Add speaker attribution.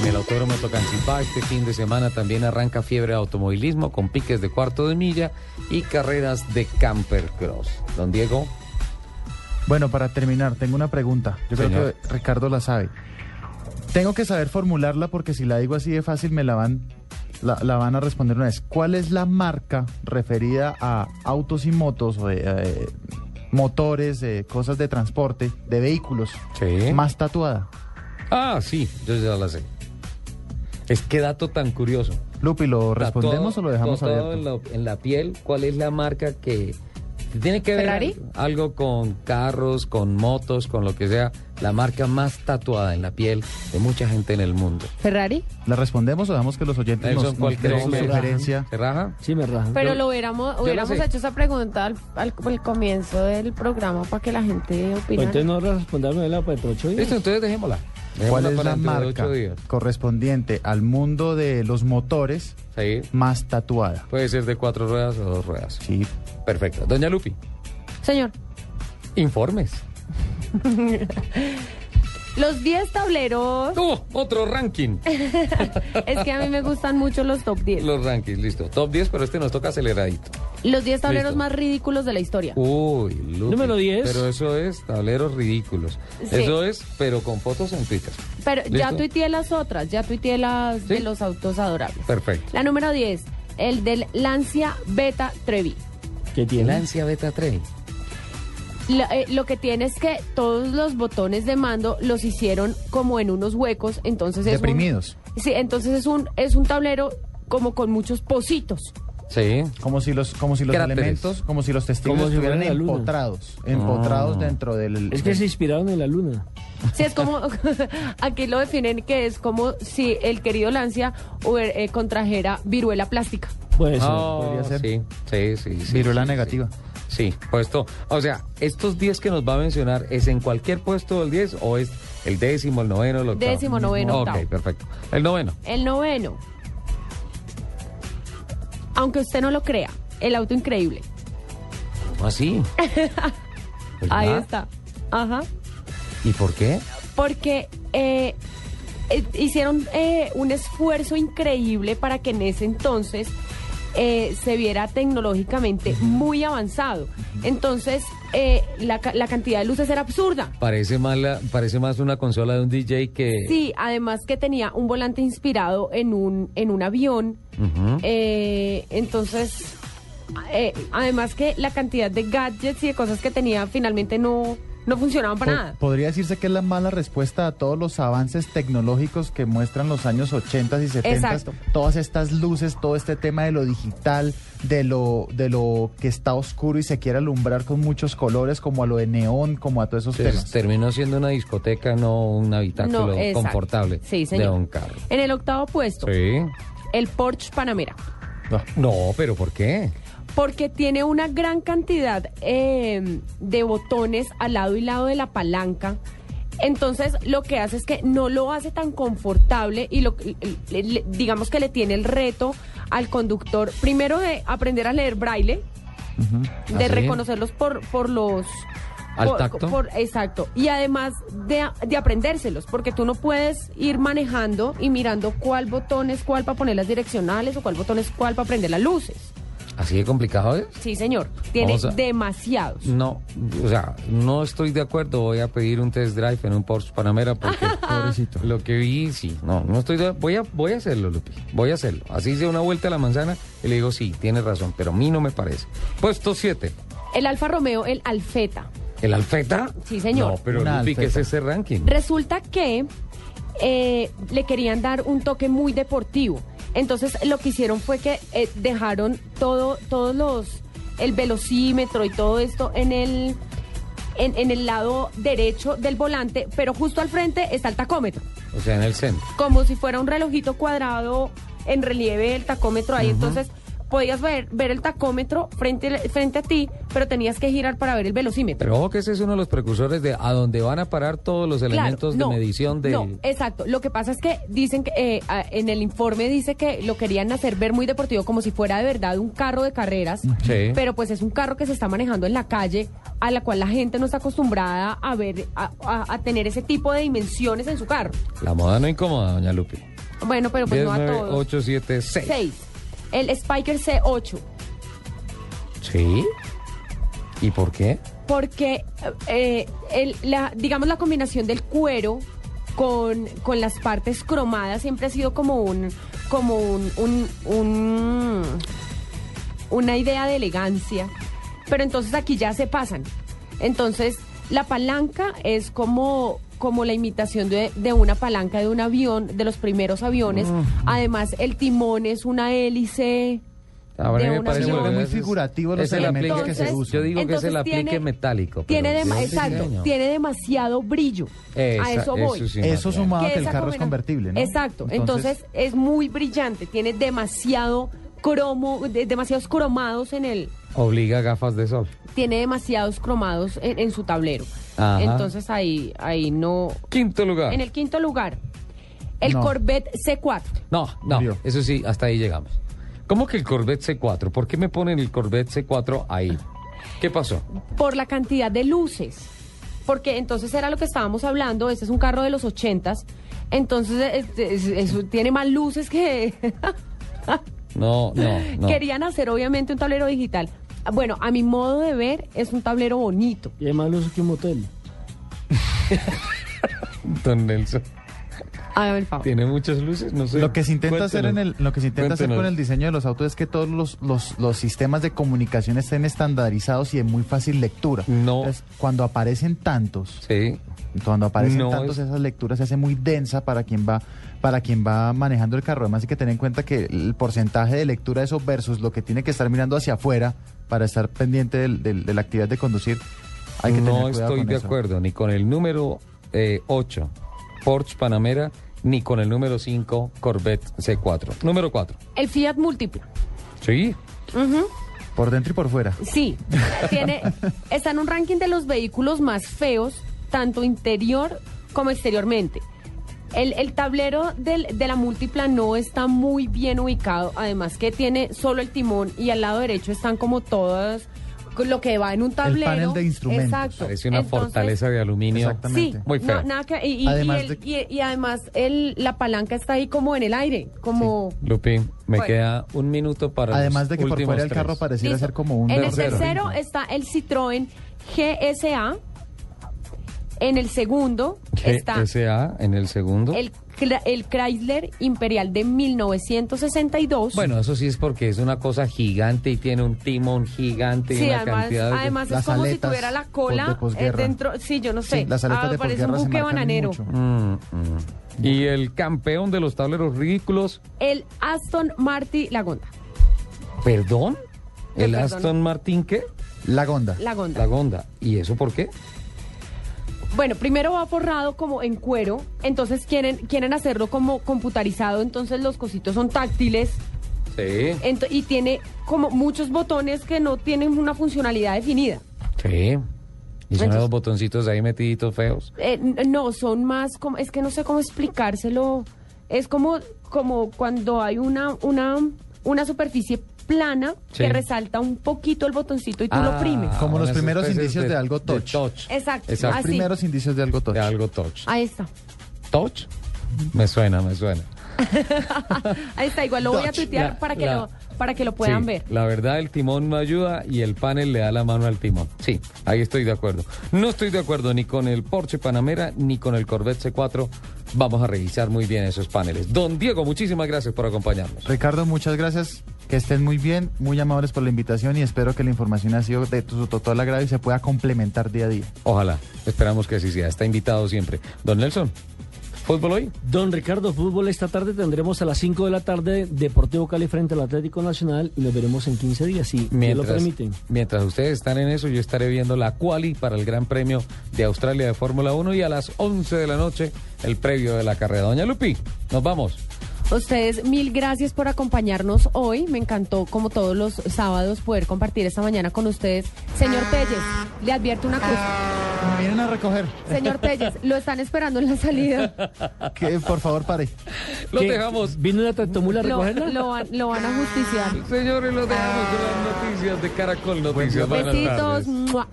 Speaker 1: En el Autódromo Tocancipá este fin de semana también arranca fiebre de automovilismo con piques de cuarto de milla y carreras de camper cross. Don Diego.
Speaker 2: Bueno, para terminar, tengo una pregunta. Yo
Speaker 1: Señor.
Speaker 2: creo que Ricardo la sabe. Tengo que saber formularla porque si la digo así de fácil me la van, la, la van a responder una vez. ¿Cuál es la marca referida a autos y motos, o de, eh, motores, eh, cosas de transporte, de vehículos,
Speaker 1: Sí.
Speaker 2: más tatuada?
Speaker 1: Ah, sí, yo ya la sé. Es que dato tan curioso.
Speaker 2: Lupi, ¿lo respondemos
Speaker 1: Tatuado-
Speaker 2: o lo dejamos
Speaker 1: tatuado
Speaker 2: abierto?
Speaker 1: En la, en la piel, ¿cuál es la marca que tiene que ver
Speaker 3: ¿Ferrari?
Speaker 1: al- algo con carros, con motos, con lo que sea? La marca más tatuada en la piel de mucha gente en el mundo.
Speaker 3: Ferrari.
Speaker 2: ¿La respondemos o dejamos que los oyentes
Speaker 1: Nelson,
Speaker 2: nos,
Speaker 1: ¿cuál
Speaker 2: nos den
Speaker 1: cree
Speaker 2: su
Speaker 1: que-
Speaker 2: sugerencia?
Speaker 1: ¿Se raja?
Speaker 4: Sí, me rajan.
Speaker 3: Pero
Speaker 1: Yo-
Speaker 3: lo hubiéramos,
Speaker 1: yo
Speaker 3: hubiéramos
Speaker 1: lo sé.
Speaker 3: hecho esa pregunta al, al- al comienzo del programa para que la gente
Speaker 4: Pues
Speaker 3: opine.
Speaker 4: entonces no responderme de la para ocho días.
Speaker 1: Listo, entonces dejémosla.
Speaker 2: ¿Cuál
Speaker 1: Dejémosla
Speaker 2: es
Speaker 1: para
Speaker 2: la
Speaker 1: dentro de
Speaker 2: marca
Speaker 1: ocho días.
Speaker 2: correspondiente al mundo de los motores
Speaker 1: Sí,
Speaker 2: más tatuada?
Speaker 1: puede ser de cuatro ruedas o dos ruedas.
Speaker 2: Sí,
Speaker 1: Perfecto. Doña Lupi,
Speaker 3: Señor,
Speaker 1: informes.
Speaker 3: los 10 tableros,
Speaker 1: ¡Oh! Otro ranking.
Speaker 3: es que a mí me gustan mucho los top 10.
Speaker 1: Los rankings, listo. Top 10, pero este nos toca aceleradito.
Speaker 3: Los 10 tableros
Speaker 1: Listo.
Speaker 3: más ridículos de la historia.
Speaker 1: Uy, Lupi.
Speaker 4: Número 10.
Speaker 1: Pero eso es tableros ridículos.
Speaker 3: Sí.
Speaker 1: Eso es, pero con fotos en Twitter.
Speaker 3: Pero ya
Speaker 1: ¿Listo?
Speaker 3: tuiteé las otras, ya tuiteé las de
Speaker 1: Sí.
Speaker 3: los autos adorables.
Speaker 1: Perfecto.
Speaker 3: La número 10, el del Lancia Beta Trevi.
Speaker 4: ¿Qué
Speaker 1: El
Speaker 4: tiene?
Speaker 1: ansia beta 3.
Speaker 3: La- eh, lo que tiene es que todos los botones de mando los hicieron como en unos huecos, entonces es un-
Speaker 2: deprimidos.
Speaker 3: sí, entonces es un es un tablero como con muchos pocitos.
Speaker 1: Sí.
Speaker 2: Como si los, como si los
Speaker 1: Cráteres.
Speaker 2: elementos, como si los testigos
Speaker 4: Como si fuera
Speaker 2: estuvieran
Speaker 4: la luna.
Speaker 2: empotrados, empotrados dentro del...
Speaker 4: Es que se inspiraron en la luna.
Speaker 3: Sí, es como aquí lo definen que es como si el querido Lancia hubier- eh, contrajera viruela plástica.
Speaker 4: Puede ser.
Speaker 1: Oh,
Speaker 2: podría ser.
Speaker 1: Sí, sí, sí. sí,
Speaker 2: Viruela
Speaker 1: sí, sí.
Speaker 2: negativa.
Speaker 1: Sí, puesto. O sea, estos 10 que nos va a mencionar, ¿es en cualquier puesto del 10 o es el décimo, el noveno, el octavo?
Speaker 3: Décimo, noveno,
Speaker 1: Ok,
Speaker 3: octavo.
Speaker 1: perfecto. El noveno.
Speaker 3: El noveno. Aunque usted no lo crea, el auto increíble.
Speaker 1: ¿Cómo así? Pues
Speaker 3: Ahí
Speaker 1: ¿Verdad?
Speaker 3: está. Ajá.
Speaker 1: ¿Y por qué?
Speaker 3: porque eh, eh, hicieron eh, un esfuerzo increíble para que en ese entonces eh, se viera tecnológicamente muy avanzado. Entonces, eh, la, ca- la cantidad de luces era absurda.
Speaker 1: Parece más, la- parece más una consola de un DJ que...
Speaker 3: Sí, además que tenía un volante inspirado en un, en un avión.
Speaker 1: Ujú.
Speaker 3: Eh, entonces, eh, además que la cantidad de gadgets y de cosas que tenía finalmente no, no funcionaban para
Speaker 2: Po-
Speaker 3: nada.
Speaker 2: Podría decirse que es la mala respuesta a todos los avances tecnológicos que muestran los años 80 y 70.
Speaker 3: Exacto.
Speaker 2: Todas estas luces, todo este tema de lo digital, de lo, de lo que está oscuro y se quiere alumbrar con muchos colores, como a lo de neón, como a todos esos
Speaker 1: Entonces,
Speaker 2: temas.
Speaker 1: terminó siendo una discoteca, no un habitáculo
Speaker 3: exacto.
Speaker 1: confortable
Speaker 3: Sí,
Speaker 1: de
Speaker 3: señor.
Speaker 1: un carro.
Speaker 3: En el octavo puesto,
Speaker 1: Sí.
Speaker 3: el Porsche Panamera.
Speaker 2: No.
Speaker 1: No, pero ¿por qué?
Speaker 3: Porque tiene una gran cantidad eh, de botones al lado y lado de la palanca. Entonces lo que hace es que no lo hace tan confortable y lo, le- le- digamos que le tiene el reto al conductor primero de aprender a leer braille, de
Speaker 1: ¿Ah, sí?
Speaker 3: reconocerlos por, por los...
Speaker 1: ¿Al
Speaker 3: por-
Speaker 1: tacto?
Speaker 3: por- exacto. Y además de, de aprendérselos, porque tú no puedes ir manejando y mirando cuál botón es cuál para poner las direccionales o cuál botón es cuál para prender las luces.
Speaker 1: ¿Así de complicado es?
Speaker 3: Sí, señor. Tiene
Speaker 1: Vamos a- Mm.
Speaker 3: demasiados.
Speaker 1: No, o sea, no estoy de acuerdo. Voy a pedir un test drive en un Porsche Panamera porque
Speaker 2: Pobrecito.
Speaker 1: lo que vi, sí. No, no estoy de voy a Voy a hacerlo, Lupi. Voy a hacerlo. Así se una vuelta a la manzana y le digo, sí, tienes razón, pero a mí no me parece. Puesto 7.
Speaker 3: El Alfa Romeo, el Alfeta.
Speaker 1: ¿El Alfeta?
Speaker 3: Sí, señor.
Speaker 1: No, pero
Speaker 2: Una
Speaker 1: Lupi, ¿qué es
Speaker 2: Alfeta.
Speaker 1: ese ranking?
Speaker 3: Resulta que eh, le querían dar un toque muy deportivo. Entonces lo que hicieron fue que eh, dejaron todo, todos los, el velocímetro y todo esto en el, en, en el lado derecho del volante, pero justo al frente está el tacómetro.
Speaker 1: O sea, en el centro.
Speaker 3: como si fuera un relojito cuadrado en relieve el tacómetro ahí. Entonces podías ver, ver el tacómetro frente, frente a ti, pero tenías que girar para ver el velocímetro.
Speaker 1: Pero ojo que ese es uno de los precursores de a dónde van a parar todos los elementos
Speaker 3: Claro,
Speaker 1: de medición de...
Speaker 3: No, eh exacto. Lo que pasa es que dicen que eh, a- en el informe dice que lo querían hacer ver muy deportivo, como si fuera de verdad un carro de carreras.
Speaker 1: Sí.
Speaker 3: Pero pues es un carro que se está manejando en la calle, a la cual la gente no está acostumbrada a ver, a- a- a tener ese tipo de dimensiones en su carro.
Speaker 1: La moda no incomoda, doña Lupe.
Speaker 3: Bueno, pero pues no a todos.
Speaker 1: 10876.
Speaker 3: 6. El Spiker C8.
Speaker 1: ¿Sí? ¿Y por qué?
Speaker 3: Porque, eh, el- la, digamos, la combinación del cuero con, con las partes cromadas siempre ha sido como un. como un. un- un- una idea de elegancia. Pero entonces aquí ya se pasan. Entonces, la palanca es como como la imitación de, de una palanca de un avión, de los primeros aviones. Además, el timón es una hélice.
Speaker 1: A ver,
Speaker 3: De
Speaker 1: me
Speaker 3: una
Speaker 1: parece
Speaker 3: sola.
Speaker 1: que
Speaker 2: Muy
Speaker 1: es-
Speaker 2: figurativo los
Speaker 1: es el
Speaker 2: elementos
Speaker 1: aplique-
Speaker 3: que se
Speaker 1: Entonces,
Speaker 3: usan.
Speaker 1: Yo digo que es
Speaker 3: Entonces
Speaker 1: el aplique
Speaker 3: tiene-
Speaker 1: metálico. pero
Speaker 3: Tiene,
Speaker 1: de
Speaker 3: dema-
Speaker 1: ese
Speaker 3: exacto,
Speaker 1: diseño.
Speaker 3: tiene demasiado brillo. a
Speaker 1: Esa-
Speaker 3: eso voy.
Speaker 1: sí,
Speaker 2: Eso
Speaker 1: Mariana.
Speaker 2: sumado a
Speaker 3: Que
Speaker 2: que el
Speaker 3: esa
Speaker 2: carro es
Speaker 3: combina-
Speaker 2: convertible, ¿no?
Speaker 3: Exacto. Entonces, es muy brillante. Tiene demasiado cromo, de- demasiados cromados en el.
Speaker 1: Obliga a gafas de sol.
Speaker 3: Tiene demasiados cromados en, en su tablero.
Speaker 1: Ajá. Ah.
Speaker 3: Entonces ahí, ahí no.
Speaker 1: Quinto lugar.
Speaker 3: En el quinto lugar, el
Speaker 2: No.
Speaker 3: Corvette C4.
Speaker 1: No, no,
Speaker 2: Murió.
Speaker 1: eso sí, hasta ahí llegamos. ¿Cómo que el Corvette C4? ¿Por qué me ponen el Corvette C4 ahí? ¿Qué pasó?
Speaker 3: por la cantidad de luces. Porque entonces era lo que estábamos hablando, este es un carro de los ochentas, entonces es- es- eso tiene más luces que
Speaker 1: No, no, no.
Speaker 3: querían hacer obviamente un tablero digital. Bueno, a mi modo de ver es un tablero bonito.
Speaker 4: Y hay más luz que un motel.
Speaker 1: Don Nelson,
Speaker 3: Hágame el favor.
Speaker 1: ¿tiene muchas luces? No sé.
Speaker 2: Lo que se intenta
Speaker 1: Cuéntenos.
Speaker 2: hacer en el, lo que se intenta hacer con
Speaker 1: Cuéntenos.
Speaker 2: el diseño de los autos es que todos los, los, los sistemas de comunicación estén estandarizados y de muy fácil lectura.
Speaker 1: No.
Speaker 2: Entonces, cuando aparecen tantos,
Speaker 1: Sí.
Speaker 2: cuando aparecen
Speaker 1: No,
Speaker 2: tantos,
Speaker 1: es-
Speaker 2: esas lecturas se hace muy densa para quien va, para quien va manejando el carro. Además hay que tener en cuenta que el porcentaje de lectura de eso versus lo que tiene que estar mirando hacia afuera para estar pendiente del- del- de la actividad de conducir. Hay que tener
Speaker 1: no
Speaker 2: cuidado
Speaker 1: estoy
Speaker 2: con
Speaker 1: de
Speaker 2: eso.
Speaker 1: acuerdo ni con el número 8, Porsche Panamera, ni con el número 5, Corvette C4. Número 4.
Speaker 3: El Fiat múltiple.
Speaker 1: Sí.
Speaker 3: Ujú.
Speaker 2: Por dentro y por fuera.
Speaker 3: Sí, tiene, está en un ranking de los vehículos más feos, tanto interior como exteriormente. El, el tablero del- de la múltipla no está muy bien ubicado, además que tiene solo el timón y al lado derecho están como todas con lo que va en un tablero.
Speaker 2: panel de instrumentos.
Speaker 3: Exacto.
Speaker 1: Parece una
Speaker 3: Entonces,
Speaker 1: fortaleza de aluminio.
Speaker 2: Exactamente.
Speaker 3: Sí,
Speaker 1: Muy feo.
Speaker 3: no, nada que- y, y-
Speaker 2: Además
Speaker 3: y el-
Speaker 2: de-
Speaker 3: y- y además el- la palanca está ahí como en el aire, como...
Speaker 1: Lupín, me
Speaker 3: Bueno.
Speaker 1: queda un minuto para los
Speaker 2: Además de que por
Speaker 1: últimos
Speaker 2: fuera el
Speaker 1: tres.
Speaker 2: carro pareciera
Speaker 3: Listo.
Speaker 2: ser como un
Speaker 3: En el
Speaker 1: tercero.
Speaker 3: tercero está el Citroën GSA. En el segundo está
Speaker 1: GSA en el segundo.
Speaker 3: el, Cla- el Chrysler Imperial de 1962.
Speaker 1: Bueno, eso sí es porque es una cosa gigante y tiene un timón gigante y
Speaker 3: Sí,
Speaker 1: una
Speaker 3: además,
Speaker 1: cantidad de...
Speaker 3: además es
Speaker 2: Las
Speaker 3: como si
Speaker 2: aletas
Speaker 3: tuviera la
Speaker 2: de
Speaker 3: cola eh,
Speaker 2: posguerra.
Speaker 3: dentro. Sí, yo no sé.
Speaker 2: Sí, las aletas
Speaker 3: Ah,
Speaker 2: de
Speaker 3: parece un
Speaker 2: posguerra se
Speaker 3: buque
Speaker 2: marcan
Speaker 3: bananero.
Speaker 2: mucho.
Speaker 1: Mm, mm. Y el campeón de los tableros ridículos,
Speaker 3: El Aston Martin Lagonda.
Speaker 1: perdón,
Speaker 3: No,
Speaker 1: el
Speaker 3: perdón.
Speaker 1: Aston Martin, ¿qué?
Speaker 2: La Gonda.
Speaker 3: Lagonda.
Speaker 1: La Gonda. ¿Y eso por qué?
Speaker 3: Bueno, primero va forrado como en cuero, entonces quieren, quieren hacerlo como computarizado, entonces los cositos son táctiles.
Speaker 1: Sí.
Speaker 3: Ento- y tiene como muchos botones que no tienen una funcionalidad definida.
Speaker 1: Sí. Y son
Speaker 3: Entonces-
Speaker 1: los botoncitos ahí metiditos feos.
Speaker 3: Eh, n- no, son más como, es que no sé cómo explicárselo. Es como, como cuando hay una, una, una superficie plana
Speaker 1: Sí.
Speaker 3: que resalta un poquito el botoncito y tú lo
Speaker 1: Ah,
Speaker 3: oprimes.
Speaker 2: Como los
Speaker 1: unas
Speaker 2: primeros
Speaker 1: especies
Speaker 2: indicios de algo touch.
Speaker 3: Exacto.
Speaker 1: Exacto.
Speaker 2: Los
Speaker 3: Así. Ah.
Speaker 2: primeros indicios de algo touch.
Speaker 1: De algo touch.
Speaker 3: Ahí está.
Speaker 1: ¿Touch? Me suena, me suena.
Speaker 3: Ahí está, igual lo voy a
Speaker 2: Dutch,
Speaker 3: tuitear
Speaker 1: la-
Speaker 3: para, que
Speaker 1: la-
Speaker 3: lo, para que lo puedan
Speaker 1: Sí,
Speaker 3: ver.
Speaker 1: La verdad, el timón no ayuda y el panel le da la mano al timón. Sí, ahí estoy de acuerdo. No estoy de acuerdo ni con el Porsche Panamera ni con el Corvette C4. Vamos a revisar muy bien esos paneles. Don Diego, muchísimas gracias por acompañarnos.
Speaker 2: Ricardo, muchas gracias. Que estén muy bien, muy amables por la invitación y espero que la información ha sido de tu total agrado y se pueda complementar día a día.
Speaker 1: Ojalá, esperamos que así sea. Está invitado siempre. Don Nelson, ¿fútbol hoy?
Speaker 4: Don Ricardo, fútbol esta tarde tendremos a las 5 de la tarde Deportivo Cali frente al Atlético Nacional y nos veremos en 15 días, si me lo permiten.
Speaker 1: mientras ustedes están en eso, yo estaré viendo la quali para el Gran Premio de Australia de Fórmula 1 y a las 11 de la noche el previo de la carrera. Doña Lupi, nos vamos.
Speaker 3: Ustedes, mil gracias por acompañarnos hoy. Me encantó, como todos los sábados, poder compartir esta mañana con ustedes. Señor Telles, le advierto una cosa.
Speaker 2: Vienen a recoger.
Speaker 3: Señor Telles, lo están esperando en la salida.
Speaker 2: Que por favor pare.
Speaker 1: Los
Speaker 4: ¿Qué?
Speaker 1: dejamos.
Speaker 4: ¿Vino una tractomula a
Speaker 3: Lo,
Speaker 4: recogerla?
Speaker 3: lo van, lo van a justiciar.
Speaker 1: Señores, los dejamos con las noticias de Caracol Noticias. Buenas
Speaker 3: Besitos.
Speaker 1: tardes.
Speaker 3: mua.